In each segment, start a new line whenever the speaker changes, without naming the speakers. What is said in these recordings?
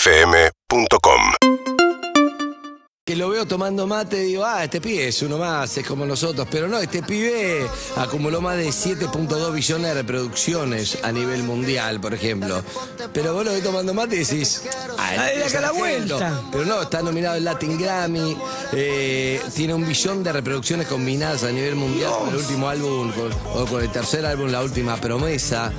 UrbanaPlayFM.com
Que lo veo tomando mate, digo, ah, este pibe es uno más, es como nosotros. Pero no, este pibe acumuló más de 7.2 billones de reproducciones a nivel mundial, por ejemplo. Pero vos lo ves tomando mate y decís, ah, este
Ahí
es
acá la
argento.
vuelta.
Pero no, está nominado el Latin Grammy, eh, tiene un billón de reproducciones combinadas a nivel mundial con el último álbum, con- o con el tercer álbum, La Última Promesa.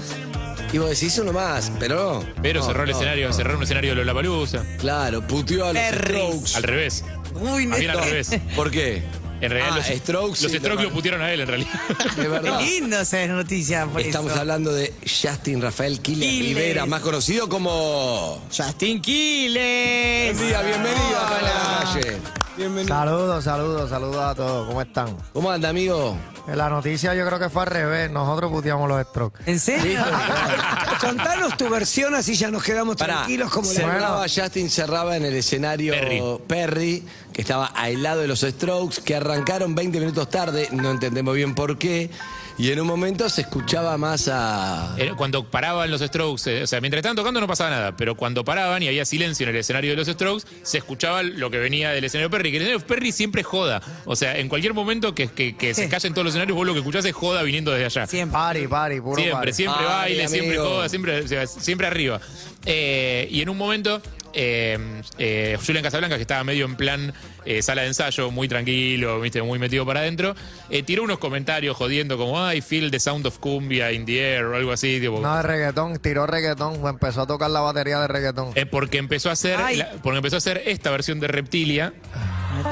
Y vos decís, uno más, pero no.
Pero
No,
cerró el
no.
escenario, cerró un escenario de Lollapalooza.
Claro, puteó a los
Perris.
Strokes.
Al revés.
Uy,
Más bien al
Néstor.
revés.
¿Por qué?
En realidad
Ah,
los
Strokes,
los
sí,
Strokes
lo-
lo putearon a él en realidad.
De
Qué
verdad.
lindo esa noticia. Por
Estamos
eso.
hablando de Justin Rafael Quiles
Quiles.
Rivera, más conocido como.
Justin Quiles.
Buen día, bienvenido a Cabana de la Calle. Bienvenido.
Saludos, saludos, saludos a todos. ¿Cómo están?
¿Cómo anda, amigo?
En La noticia yo creo que fue al revés. Nosotros puteamos los strokes.
¿En serio? Contanos tu versión así ya nos quedamos
Pará,
tranquilos como la
cerraba, Justin cerraba en el escenario
Perry.
Perry, que estaba al lado de los Strokes, que arrancaron 20 minutos tarde, no entendemos bien por qué, y en un momento se escuchaba más a...
Era Eh, Cuando paraban los Strokes, eh, o sea, mientras estaban tocando no pasaba nada, pero cuando paraban y había silencio en el escenario de los Strokes, se escuchaba lo que venía del escenario Perry. Que el escenario Perry siempre joda. O sea, en cualquier momento que, que- que se
Sí.
callen todos los escenarios, vos lo que escuchás es joda viniendo desde allá.
Siempre.
Pari, pari, puro
Siempre,
pari.
siempre
Ay,
baile, siempre
amigo.
joda, siempre, o sea, siempre arriba. Eh, y en un momento, eh, eh, Julián Casablanca, que estaba medio en plan eh, sala de ensayo, muy tranquilo, viste, muy metido para adentro, eh, tiró unos comentarios jodiendo como, ay, feel the sound of cumbia in the air o algo así. tipo,
No, de reggaetón, tiró reggaetón, empezó a tocar la batería de reggaetón.
eh, porque empezó a hacer
Ay.
la- porque empezó a hacer esta versión de Reptilia.
Ah.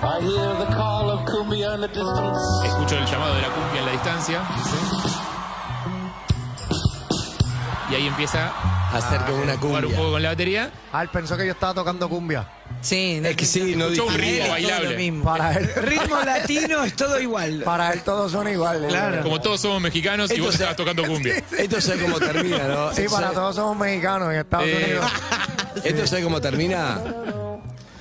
I hear the call of cumbia in the distance.
Escucho el llamado de la cumbia en la distancia. Y ahí empieza a
hacer como una
jugar un
cumbia.
poco con la batería.
Ah, él pensó que yo estaba tocando cumbia.
Sí,
Es que sí, no
Escuchó un
distinguía.
ritmo
es todo
bailable.
lo mismo.
Para él,
Ritmo latino es todo igual.
para él todos son iguales.
Claro.
Como todos somos mexicanos y vos
Entonces-
estabas tocando cumbia.
Esto sabe cómo termina, ¿no?
Sí,
Esto
para
sabe-
todos somos mexicanos en Estados
Eh.
Unidos.
¿Esto sabe cómo termina?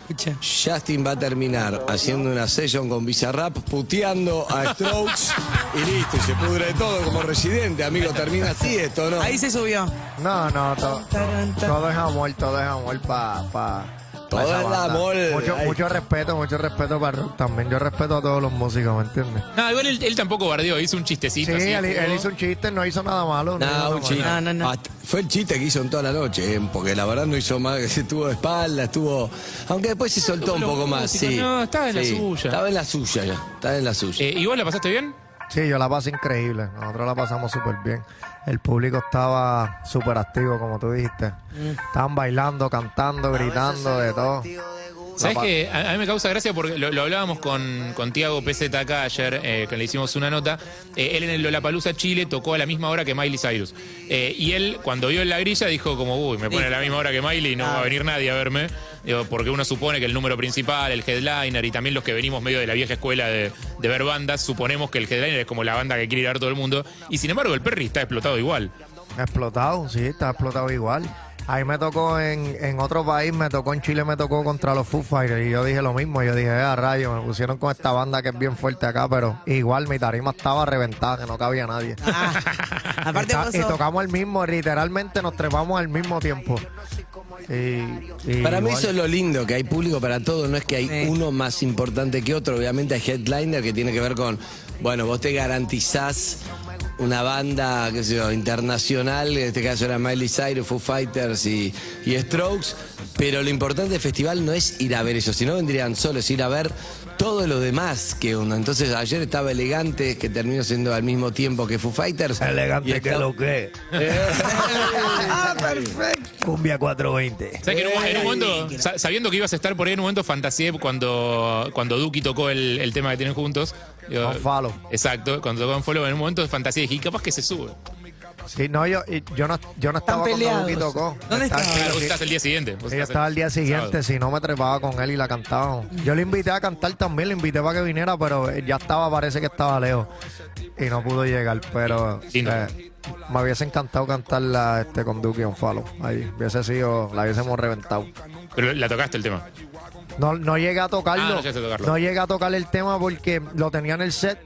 Escucha.
Justin va a terminar haciendo una session con Bizarrap, puteando a Strokes y listo, y se pudre todo como residente, amigo. Termina así esto, ¿no?
Ahí se subió.
No, no, to- todo es amor, todo es amor para... Pa, pa
Todo
esa
es
banda.
amor.
Mucho,
Ay.
mucho respeto, mucho respeto para el rock también. Yo respeto a todos los músicos, ¿me entiendes?
No, igual él, él tampoco bardeó, hizo un chistecito.
Sí,
así,
él,
jugó.
él hizo un chiste, no hizo nada malo. hizo nada
No, un
malo.
chiste.
No, no, no.
Hasta- Fue el chiste que hizo en toda la noche, eh, porque la verdad no hizo más, que se estuvo de espalda, estuvo. Aunque después se soltó un
Los
poco más,
músicos,
sí.
no, estaba en la
Sí,
suya.
Estaba en la suya ya, estaba en la suya.
Eh, ¿Y vos la pasaste bien?
Sí, yo la paso increíble. Nosotros la pasamos súper bien. El público estaba súper activo, como tú dijiste. Estaban bailando, cantando, gritando, de todo.
Sabes
pa-
que a, a mí me causa gracia porque lo, lo hablábamos con, con Tiago PZ acá ayer, eh, que le hicimos una nota. Eh, él en el Lollapalooza Chile tocó a la misma hora que Miley Cyrus. Eh, y él, cuando vio en la grilla, dijo como, uy, me pone a la misma hora que Miley y no va a venir nadie a verme. Digo, porque uno supone que el número principal, el headliner y también los que venimos medio de la vieja escuela de, de ver bandas, suponemos que el headliner es como la banda que quiere ir a ver todo el mundo. Y sin embargo, el Perry está explotado igual.
Explotado, sí, está explotado igual. Ahí me tocó en, en otro país, me tocó en Chile, me tocó contra los Foo Fighters y yo dije lo mismo. Yo dije, eh, a rayo, me pusieron con esta banda que es bien fuerte acá, pero igual mi tarima estaba reventada, que no cabía nadie.
Ah. Aparte
Está-
vos
y
sos-
tocamos al mismo, literalmente nos trepamos al mismo tiempo. Y- y
Para mí
igual.
eso es lo lindo, que hay público para todo, no es que hay
Sí.
uno más importante que otro. Obviamente hay headliner que tiene que ver con, bueno, vos te garantizás una banda, qué sé yo, internacional, en este caso era Miley Cyrus, Foo Fighters y, y Strokes, pero lo importante del festival no es ir a ver eso, sino vendrían solos, ir a ver todo lo demás que uno. Entonces ayer estaba elegante, que terminó siendo al mismo tiempo que Foo Fighters. Y
Elegante que
está-
lo que.
Ah, perfecto.
Cumbia 420.
¿Sabes que en un, en un momento, sa- sabiendo que ibas a estar por ahí, en un momento fantaseé cuando, cuando Duki tocó el, el tema que tienen juntos. Digo,
Con Falo.
Exacto, cuando tocó en Follow, en un momento fantaseé y dije, capaz que se sube.
Sí, no, yo, y- yo no, yo no estaba con
peleados.
Duki Tocó.
¿Dónde estabas?
Claro, vos
sí,
estás el día siguiente. vos
Ella
estás el-
estaba al día siguiente,
sábado.
si no me trepaba con él y la cantaba. Yo le invité a cantar también, le invité para que viniera, pero eh, ya estaba, parece que estaba lejos. Y no pudo llegar, pero
Lindo.
eh, me hubiese encantado cantarla este, con Duki on Follow. Ahí, hubiese sido, la hubiésemos reventado.
Pero la tocaste el tema.
No, no llegué a tocarlo.
Ah, no llegaste a tocarlo.
No llegué a tocar el tema porque lo tenía en el set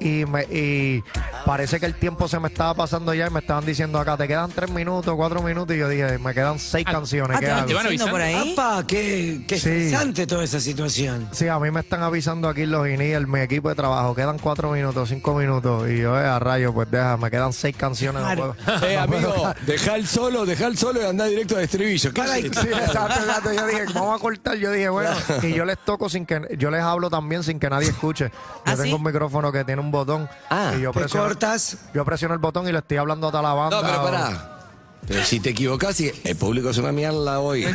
y, me- y parece que el tiempo se me estaba pasando ya y me estaban diciendo acá, te quedan tres minutos, cuatro minutos, y yo dije, me quedan seis
Ah,
canciones.
Ah,
¿qué
te van
hago?
¿Te van
diciendo
avisando?
por ahí.
¡Apa! ¡Qué, qué
Sí.
estresante toda esa situación!
Sí, a mí me están avisando aquí los INIEL, mi equipo de trabajo, quedan cuatro minutos, cinco minutos, y yo, eh, a rayo, pues deja, me quedan seis canciones. no
Claro.
puedo-
Eh,
no puedo
amigo,
cantar.
dejá el solo, dejá el solo y andá directo al estribillo. ¿Qué
Para-
es
sí,
esto?
exacto, exacto. Yo dije, vamos a cortar. Yo dije, bueno, y yo les toco sin que, yo les hablo también sin que nadie escuche. Yo
¿Ah,
tengo
sí?
un micrófono que tiene un botón.
Ah,
y yo
Te
presiono,
cortas.
yo presiono el botón y le estoy hablando a la banda.
No, pero
o-
pará. Pero si te equivocás, y el público es una mierda hoy. ¿Qué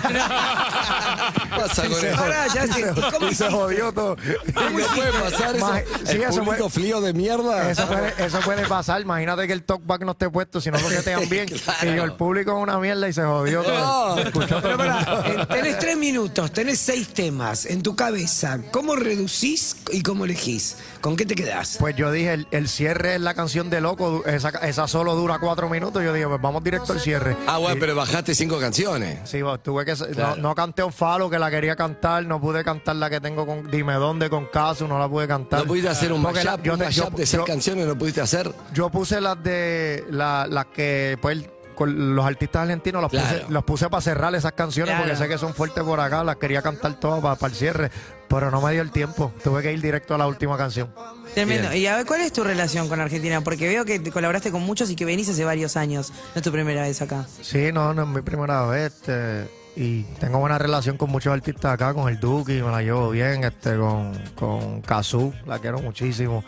pasa con eso?
Pará, ya sé. ¿Y cómo
Y se
hiciste?
jodió todo.
¿Cómo puede pasar eso?
Ma- sí,
¿El
eso
público
fue-
frío de mierda?
Eso puede, eso puede pasar. Imagínate que el talkback no esté puesto, sino lo que te dan bien.
Claro.
Y yo, el público es una mierda y se jodió todo.
No.
Escuchó todo
Pero
el mundo.
pará, eh, tenés tres minutos, tenés seis temas en tu cabeza. ¿Cómo reducís y cómo elegís? ¿Con qué te quedás?
Pues yo dije, el, el cierre es la canción de loco, du- esa, esa solo dura cuatro minutos. Yo dije, pues vamos directo al cierre.
Ah, bueno,
Y-
pero bajaste cinco canciones.
Sí, vos, tuve que. se-
Claro.
No, no canté un falo que la quería cantar, no pude cantar la que tengo con Dime Dónde con Casu, no la pude cantar.
No pudiste hacer un
Porque la-
mashup,
yo
un
te- yo-
mashup de seis
yo-
canciones, no pudiste hacer.
Yo puse las de la- las que pues con los artistas argentinos los
Claro.
puse, los puse para cerrar esas canciones
Claro.
porque sé que son fuertes por acá, las quería cantar todas para, el cierre, pero no me dio el tiempo, tuve que ir directo a la última canción.
Tremendo. Y a ver, ¿cuál es tu relación con Argentina? Porque veo que te colaboraste con muchos y que venís hace varios años. No es tu primera vez acá.
Sí, no, no es mi primera vez, este, y tengo buena relación con muchos artistas acá, con el Duki, me la llevo bien, este, con, con Cazú, la quiero muchísimo.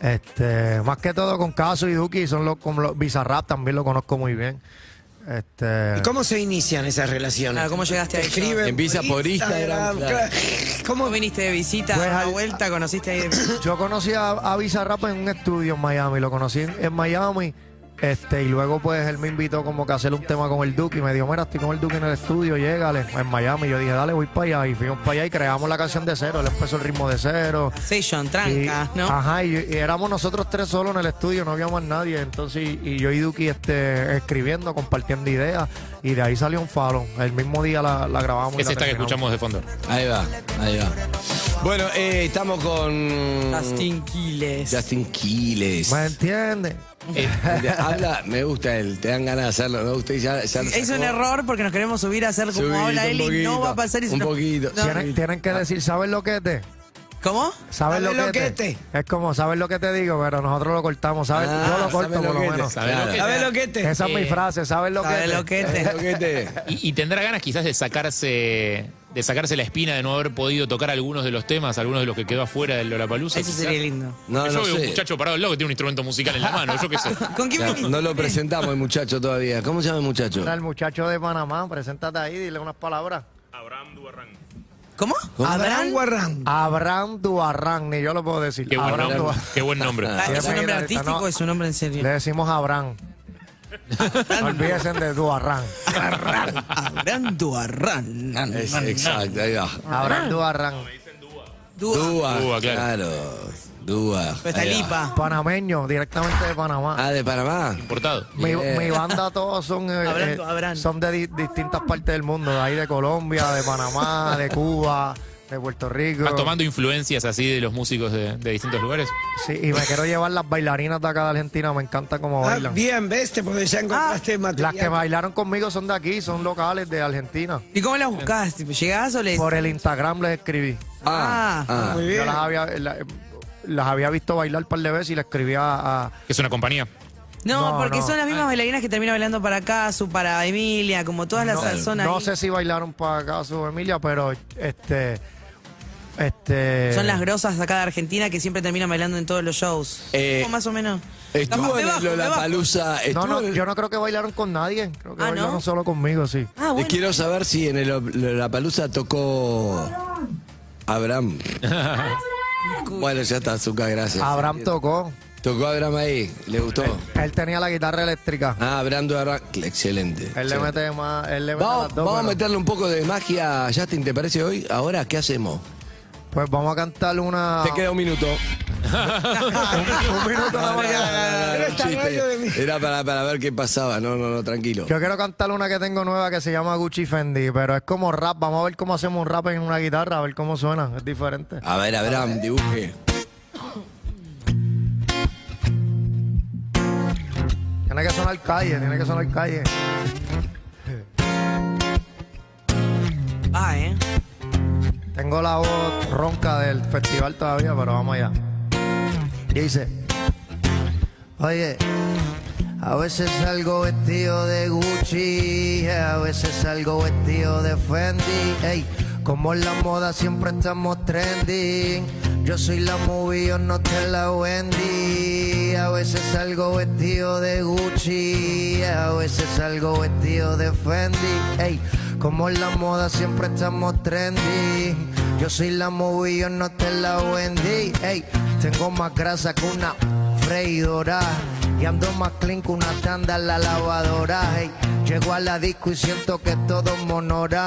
Este, más que todo con Casu y Duki, son los como los Bizarrap también lo conozco muy bien. Este,
¿Y cómo se inician esas relaciones?
Claro, Ah, ¿cómo llegaste a
Te
eso?
escriben
Empieza por Instagram, claro.
claro.
¿Cómo viniste de visita?
Pues,
a
al-
una vuelta, conociste ahí. de-
Yo conocí a, a Bizarrap en un estudio en Miami, lo conocí en, en Miami. Este, y luego pues él me invitó como que a hacer un tema con el Duque y me dijo, mira, estoy con el Duque en el estudio, llégale en Miami. Yo dije, dale, voy para allá. Y fuimos para allá y creamos la canción de cero. Él empezó el ritmo de cero.
Session,
Y-
tranca, ¿no?
Ah.
Ajá, y, y éramos nosotros tres solos en el estudio, no había más nadie. Entonces, y, y yo y Duki este, escribiendo, compartiendo ideas. Y de ahí salió un faro. El mismo día la, la grabamos. y
Es
la
esta que
terminamos.
escuchamos de fondo.
Ahí va, ahí va. Bueno, eh, estamos con
Justin Quiles.
Justin Quiles.
¿Me entiendes?
Eh,
Habla, me gusta él, te dan ganas de hacerlo, ¿no? Usted ya, ya lo
Es un
sacó.
error porque nos queremos subir a hacer como
Subite
habla
un
él y no
poquito,
va a pasar. y se
un
nos-
poquito.
No.
Tienen, tienen que decir, ¿sabes lo que es? de?
¿Cómo?
¿Sabes
¿Sabes lo
lo
que,
que
te? Es como, ¿sabes lo que te digo? Pero nosotros lo cortamos, ¿sabes?
Ah,
Yo lo
¿sabes
corto, por lo
que te-
menos.
¿Sabes lo
claro.
que
A ver lo que te.
Esa es mi
Eh,
frase, ¿sabes lo que
¿Sabes
te?
lo que
¿Sabes lo
te?
que te-
Y, y tendrá ganas quizás de sacarse de sacarse la espina de no haber podido tocar algunos de los temas, algunos de los que quedó afuera del Lollapalooza.
Eso
quizás.
sería lindo.
No,
yo
no
veo un
sé.
muchacho parado al lado que tiene un instrumento musical en la mano, yo qué sé.
¿Con quién
Ya,
viniste?
no lo presentamos el muchacho todavía. ¿Cómo se llama el muchacho?
El muchacho de Panamá, preséntate ahí, dile unas palabras.
¿Cómo?
Abraham
¿Abraham?
Guarrán.
Abraham Duarrán, ni yo lo puedo decir.
Qué buen
Abraham
nombre,
Duarrán.
qué buen nombre.
Ah, ¿Es un nombre
Mira, ahorita
artístico
no-
o es un nombre en
Le
serio?
decimos Abraham. No Olvídense de Duarrán.
Abraham Duarrán.
Es- exacto, ahí va.
Abraham Duarrán.
Dua.
Dúa.
Dúa, claro.
claro. Dúa.
Pero está
ahí va.
Lipa.
Panameño, directamente de Panamá.
Ah, de Panamá.
Importado.
Mi,
Bien.
mi banda todos son eh,
Habrán,
eh,
habrán.
son de di- distintas partes del mundo, de ahí de Colombia, de Panamá, de Cuba, de Puerto Rico.
¿Estás Ah, tomando influencias así de los músicos de, de distintos lugares?
Sí, y me quiero llevar las bailarinas de acá de Argentina, me encanta cómo
Ah,
bailan.
bien, ves, te podés ya encontraste
Ah. Las que
material.
bailaron conmigo son de aquí, son locales de Argentina.
¿Y cómo la buscás? Tipo, ¿Llegás o le
Por el Instagram les escribí.
Ah,
Ah,
ah.
Muy
Yo
bien.
las había, la- las había visto bailar un par de veces y le escribí a, a-
Que es una compañía.
No,
No,
porque
no.
son las mismas bailarinas que terminan bailando para Casu, para Emilia, como todas las zonas.
No
ahí.
sé si bailaron para acá su Emilia, pero este... este
Son las grosas acá de Argentina que siempre terminan bailando en todos los shows.
Eh,
¿Cómo más o menos?
Estuvo
Me
en
bajo,
el
me bajo.
Lollapalooza.
No,
Estuvo
no,
en el-
yo no creo que bailaron con nadie. Creo que
Ah, ¿no?
bailaron solo conmigo, sí.
Ah,
Eh,
bueno.
Quiero saber si en el Lollapalooza tocó Abraham. bueno, ya está, Zucca, gracias.
Abraham tocó.
Tocó Abraham ahí, le gustó.
Él tenía la guitarra eléctrica.
Ah, Abraham de Abraham, excelente.
Él le mete más. Él le mete
Vamos,
las dos,
vamos a
pero-
meterle un poco de magia a Justin, ¿te parece hoy? Ahora, ¿qué hacemos?
Pues vamos a cantar una.
Te queda un minuto.
un, un minuto nada más.
Era un
esta radio de
chiste. Era para, para ver qué pasaba. No, no, no, tranquilo.
Yo quiero cantar una que tengo nueva que se llama Gucci Fendi, pero es como rap. Vamos a ver cómo hacemos un rap en una guitarra, a ver cómo suena. Es diferente.
A ver, Abraham, dibuje.
Tiene que sonar calle, tiene que sonar calle.
Ah, ¿eh?
Tengo la voz ronca del festival todavía, pero vamos allá. Dice, oye, a veces salgo vestido de Gucci, eh, a veces salgo vestido de Fendi, ey, como en la moda siempre estamos trending, yo soy la movie, yo no te la Wendy, a veces salgo vestido de Gucci, eh, a veces salgo vestido de Fendi, ey, como en la moda siempre estamos trending, yo soy la movie, yo no te la vendí. Ey, tengo más grasa que una freidora. Y ando más clean que una tanda en la lavadora. Ey, llego a la disco y siento que todos monoran.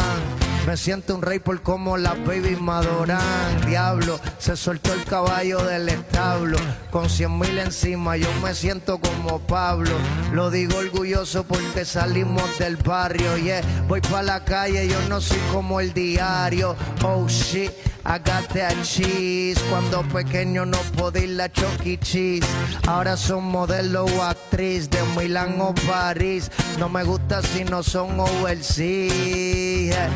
Me siento un rey por como las baby madoran. Diablo, se soltó el caballo del establo. Con cien mil encima, yo me siento como Pablo. Lo digo orgulloso porque salimos del barrio. Yeah, voy pa' la calle, yo no soy como el diario. Oh shit, I got that cheese. Cuando pequeño no podía ir a Chuck E. Cheese. Ahora son modelo o actriz de Milán o París. No me gusta si no son overseas. yeah. Eh,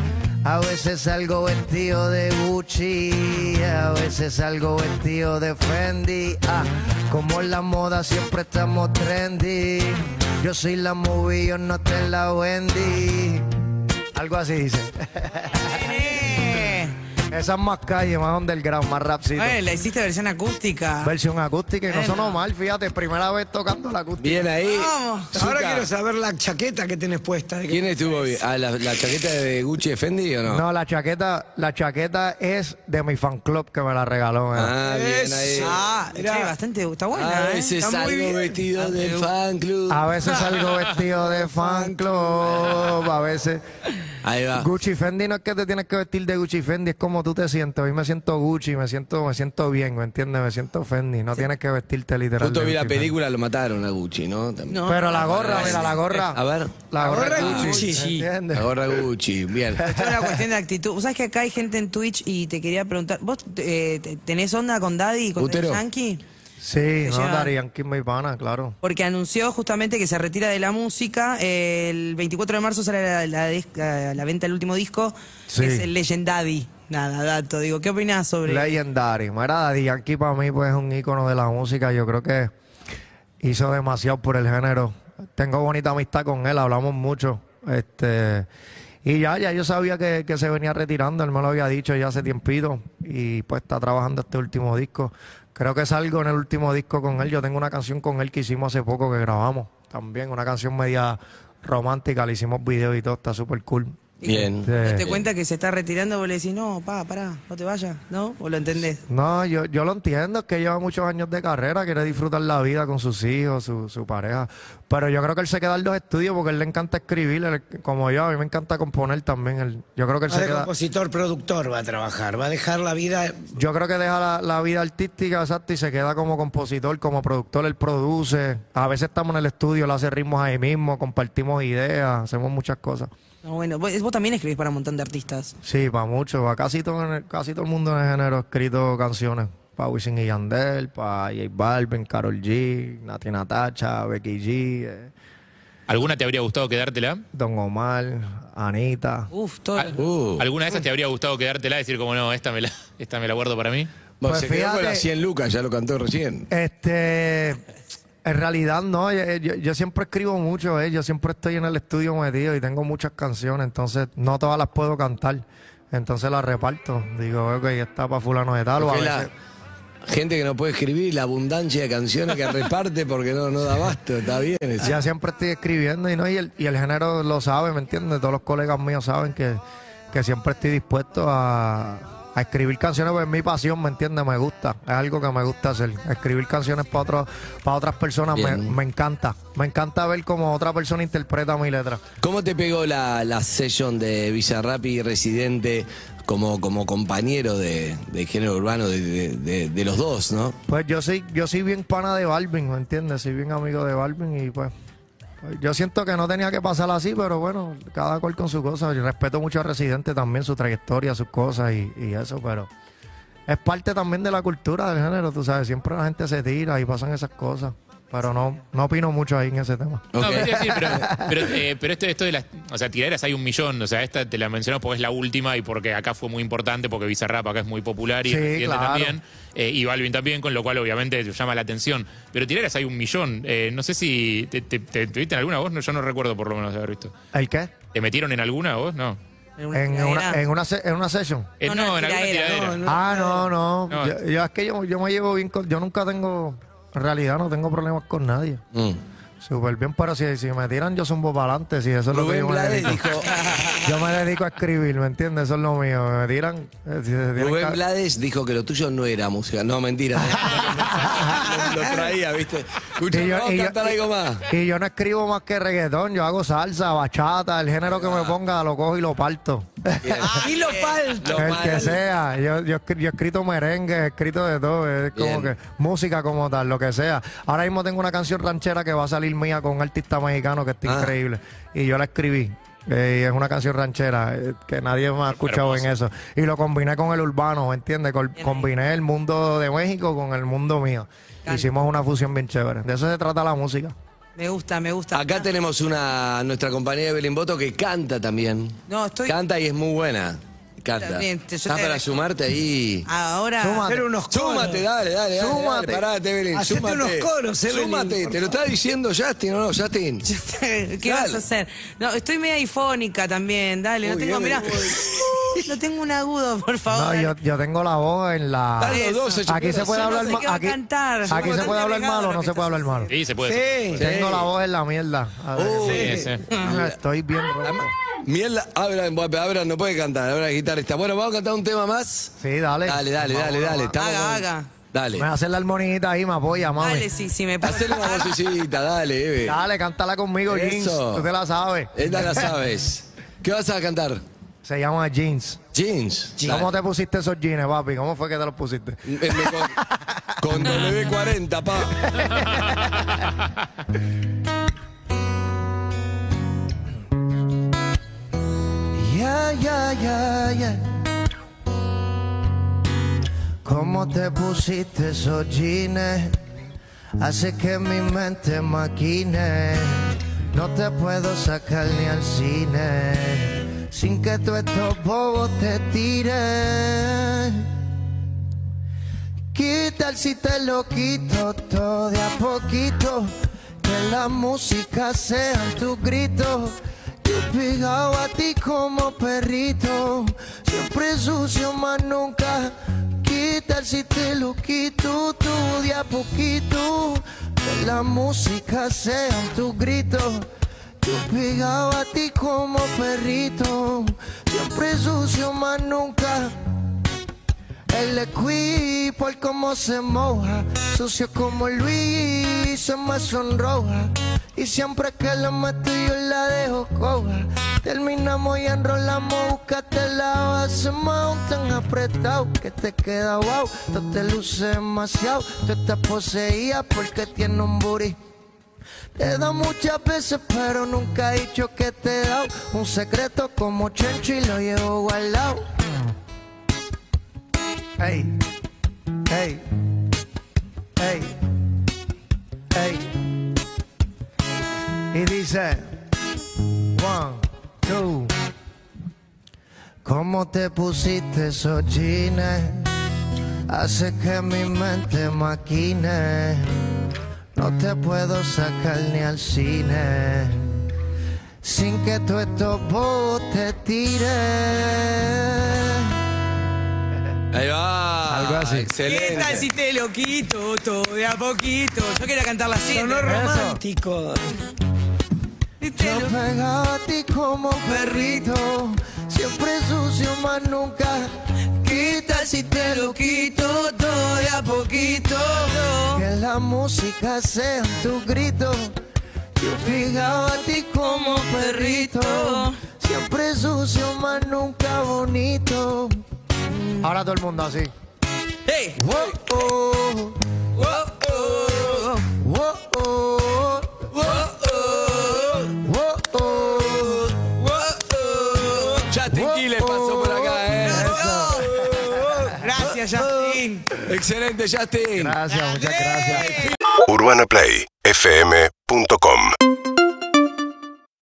A veces salgo vestido de Gucci, Eh, a veces salgo vestido de Fendi. Ah, como en la moda siempre estamos trendy. Yo soy la movie, yo no te la vendí. Algo así dice.
Eh,
Esa es más calle, más underground, más rapcito.
eh, la hiciste versión acústica.
Versión acústica y no sonó mal, fíjate, primera vez tocando la acústica.
Bien eh. ahí.
Vamos.
Zucca,
Ahora quiero saber la chaqueta que tenés puesta. de que-
¿Quién estuvo bien? Ah, la, la chaqueta de Gucci de Fendi o no?
No, la chaqueta, la chaqueta es de mi fan club que me la regaló. eh.
Ah, bien ahí.
Ah, che,
Mirá.
bastante, está buena,
A
¿eh?
veces
Está muy
salgo
bien.
vestido del
Ah,
fan club.
A veces salgo vestido de fan club, a veces.
Ahí va.
Gucci Fendi no es que te tienes que vestir de Gucci Fendi, es como tú te sientes. Hoy me siento Gucci, me siento, me siento bien, ¿me entiendes? Me siento Fendi. No tienes que vestirte literal.
Justo
de
vi la
Gucci
película, lo mataron a Gucci, ¿no? También.
Fendi. Pero la gorra, mira, la gorra.
eh, A ver.
La gorra
Ah,
es Gucci.
Gucci,
¿me
sí.
entiendes?
La gorra Gucci, bien.
Es una cuestión de actitud. ¿Sabes que acá hay gente en Twitch y te quería preguntar, ¿vos eh, te- tenés onda con Daddy y con Daddy
Butero.
Yankee?
Sí, no,
llevan.
Darían Kim mi pana, claro.
Porque anunció justamente que se retira de la música. eh, El 24 de marzo sale la, la dis- la- la venta del último disco,
Sí.
que es el Legendaddy. Nada, dato. Digo, ¿qué opinás sobre
Legendary. Mira, Daddy Yankee para mí pues, es un ícono de la música. Yo creo que hizo demasiado por el género. Tengo bonita amistad con él, hablamos mucho. Este, y ya, ya yo sabía que, que se venía retirando, él me lo había dicho ya hace tiempito. Y pues está trabajando este último disco. Creo que salgo en el último disco con él. Yo tengo una canción con él que hicimos hace poco que grabamos. También una canción media romántica, le hicimos video y todo, está súper cool.
Bien.
Este,
¿No te cuenta que se está retirando? Vos le decís, no, pa, pará, no te vayas, ¿no? ¿O lo entendés?
No, yo, yo lo entiendo, es que lleva muchos años de carrera, quiere disfrutar la vida con sus hijos, su, su pareja. Pero yo creo que él se queda en los estudios porque él le encanta escribir, él- como yo, a mí me encanta componer también. él- yo creo que él
Va
se
de
queda.
compositor, productor va a trabajar. Va a dejar la vida.
Yo creo que deja la, la vida artística, exacto, y se queda como compositor, como productor, él produce. A veces estamos en el estudio, le hace ritmos ahí mismo, compartimos ideas, hacemos muchas cosas.
No, bueno, vos, vos también escribís para un montón de artistas.
Sí, para mucho, para casi todo, en el- casi todo el mundo en el género ha escrito canciones. Para Wisin y Yandel, para J Balvin, Carol G, Nati Natacha, Becky G, eh,
¿Alguna te habría gustado quedártela?
Don Omar, Anita.
Uf, todo.
Al-
Uh.
¿Alguna de esas te habría gustado quedártela? Decir como, no, esta me la, esta me la guardo para mí.
Bueno,
Pues
se quedó con
fíjate-
las 100 lucas, ya lo cantó recién.
Este, en realidad no, yo, yo- yo siempre escribo mucho, eh, yo siempre estoy en el estudio metido y tengo muchas canciones, entonces no todas las puedo cantar. Entonces las reparto. Digo, ok, está para fulano de tal. o a
Porque la
veces-
gente que no puede escribir, la abundancia de canciones que reparte porque no, no da abasto, está bien. eso.
Ya siempre estoy escribiendo y no y el, y el género lo sabe, ¿me entiendes? Todos los colegas míos saben que, que siempre estoy dispuesto a, a escribir canciones, porque es mi pasión, ¿me entiendes? Me gusta, es algo que me gusta hacer. Escribir canciones para otros para otras personas me,
Bien.
me encanta. Me encanta ver cómo otra persona interpreta mi letra.
¿Cómo te pegó la, la session de Villarrap y Residente como, como compañero de, de género urbano de, de- de- de los dos, no?
Pues yo soy, yo soy bien pana de Balvin, ¿me entiendes? Soy bien amigo de Balvin y pues yo siento que no tenía que pasar así, pero bueno, cada cual con su cosa. Yo respeto mucho a Residente también, su trayectoria, sus cosas y, y eso, pero es parte también de la cultura del género, tú sabes, siempre la gente se tira y pasan esas cosas. Pero no, no opino mucho ahí en ese tema.
No,
Ok.
mentira, sí, pero, pero, eh, pero esto, esto de las. O sea, tiraderas hay un millón. O sea, esta te la menciono porque es la última y porque acá fue muy importante, porque Bizarrap acá es muy popular y
Sí,
Residente
claro.
también. eh, y Balvin también, con lo cual obviamente llama la atención. Pero tiraderas hay un millón. Eh, no sé si. ¿Te, te, te- te viste en alguna voz? No, yo no recuerdo por lo menos de haber visto.
¿El qué?
¿Te metieron en alguna vos? No.
En una, en, una, se- en una session.
Eh,
No,
no,
no,
en
tiradera,
alguna tiradera.
no, no.
Ah, no, no.
No.
Yo, yo- es que yo, yo me llevo bien con- Yo nunca tengo. En realidad no tengo problemas con nadie.
Mm.
Súper bien, pero si, si me tiran, yo zumbo para adelante. Si eso es lo
Rubén
que yo me
Blades
dedico.
dijo,
Yo me dedico a escribir, ¿me entiendes? Eso es lo mío. Me tiran. eh, si se tiran
Rubén
ca-
Blades dijo que lo tuyo no era música. No, mentira. lo traía, ¿viste? Escucha,
Y yo-
vamos a
y yo-
cantar algo más.
Y yo no escribo más que reggaetón, yo hago salsa, bachata, el género que me ponga lo cojo y lo parto.
Y lo
Eh,
falta.
Lo
Ah, el
mal.
que sea, yo, yo, escri- yo he escrito merengue, he escrito de todo, es
Bien.
como que música como tal, lo que sea. Ahora mismo tengo una canción ranchera que va a salir mía con un artista mexicano que está
Ah.
increíble y yo la escribí. eh, y es una canción ranchera eh, que nadie me ha escuchado en eso. Y lo combiné con el urbano, ¿me entiendes? Col- Combiné el mundo de México con el mundo mío. Hicimos una fusión bien chévere. De eso se trata la música.
Me gusta, me gusta.
Acá tenemos una nuestra compañera Belén Boto que canta también.
No, estoy-
Canta y es muy buena. Canta.
Bien, te- yo
Está
te
para
agradezco. Ah.
sumarte ahí.
Ahora.
Súmate.
Hacer unos coros.
Súmate, dale, dale, dale.
Súmate.
Dale, parate, Belén.
Hacete
súmate.
unos coros, eh, Belén,
Súmate,
por
te lo está diciendo Justin o no, Justin.
¿Qué
Dale.
vas a hacer? No, estoy media ifónica también, dale, no
Uy,
tengo,
Eve,
mirá,
uy.
no tengo un agudo, por favor.
No,
dale.
yo, yo tengo la voz en la.
Están los dos hechos
Aquí se
mierda.
puede
Yo no
hablar
sé
ma-
qué va a
Aquí,
cantar. Yo
aquí
no
se
estoy
puede hablar
pegado
mal
a
o
lo
no
que
se puede
estás
hablar mal.
Sí, se puede.
Sí.
Tengo la voz en la mierda. A ver,
Oh.
Sí, sí.
Ah, Estoy bien roto.
Miel, Abraham, Abraham no puede cantar, Abraham es guitarrista. Bueno, vamos a cantar un tema más.
Sí, dale.
Dale, dale,
Vamos,
dale, dale.
vamos.
Estamos
Haga,
con-
haga.
Me
Dale.
haces la armonita ahí, me apoya, mami.
Dale, sí, sí, me
Hacele una vocecita, dale, Eve.
Dale, cántala conmigo, Jeans.
Eso.
Tú te la sabes.
Esta la sabes. ¿Qué vas a cantar?
Se llama Jeans.
Jeans.
¿Cómo te pusiste esos jeans, papi? ¿Cómo fue que te los pusiste?
Me- me con, con W40, pa.
Ya, ya, ya, ya. ¿Cómo te pusiste esos jeans? Hace que mi mente maquine. No te puedo sacar ni al cine. Sin que tú estos bobos te tiren. ¿Qué tal si te lo quito todo de a poquito? Que la música sea tu grito. Yo pegado a ti como perrito. Siempre sucio, más nunca. ¿Qué tal si te lo quito todo de a poquito? Que la música sea tu grito. Yo pegado a ti como perrito. Siempre sucio, más nunca. El equipo, el cómo se moja, sucio como Luis, se me sonroja. Y siempre que la meto yo la dejo coja. Terminamos y enrolamos, búscate la base tan apretado que te queda wow. Tú te luces demasiado, tú estás poseída porque tienes un booty. Te he dado muchas veces, pero nunca he dicho que te he dado un secreto como Chencho y lo llevo guardado. Hey, hey, hey, hey. Y dice, one, two. ¿Cómo te pusiste esos jeans? Hace que mi mente maquine. No te puedo sacar ni al cine. Sin que tú estos bobos te tires.
Ahí va.
Algo así.
¿Qué tal si
Excelente.
te lo quito todo de a poquito? Yo quería cantar la
Sonó
cena.
romántico.
Yo pegado a ti como perrito, siempre sucio más nunca. ¿Qué tal si te lo quito todo de a poquito? Que la música sea tu grito. Yo pegado a ti como perrito, siempre sucio más nunca bonito. Ahora todo el mundo así.
Hey,
Wow, oh,
oh, oh,
wow, oh,
oh, oh,
wow, oh.
oh, oh.
Justin Quiles pasó por acá, ¿eh?
Gracias, Justin.
Excelente, Justin.
Gracias, muchas gracias.
UrbanaPlayFM.com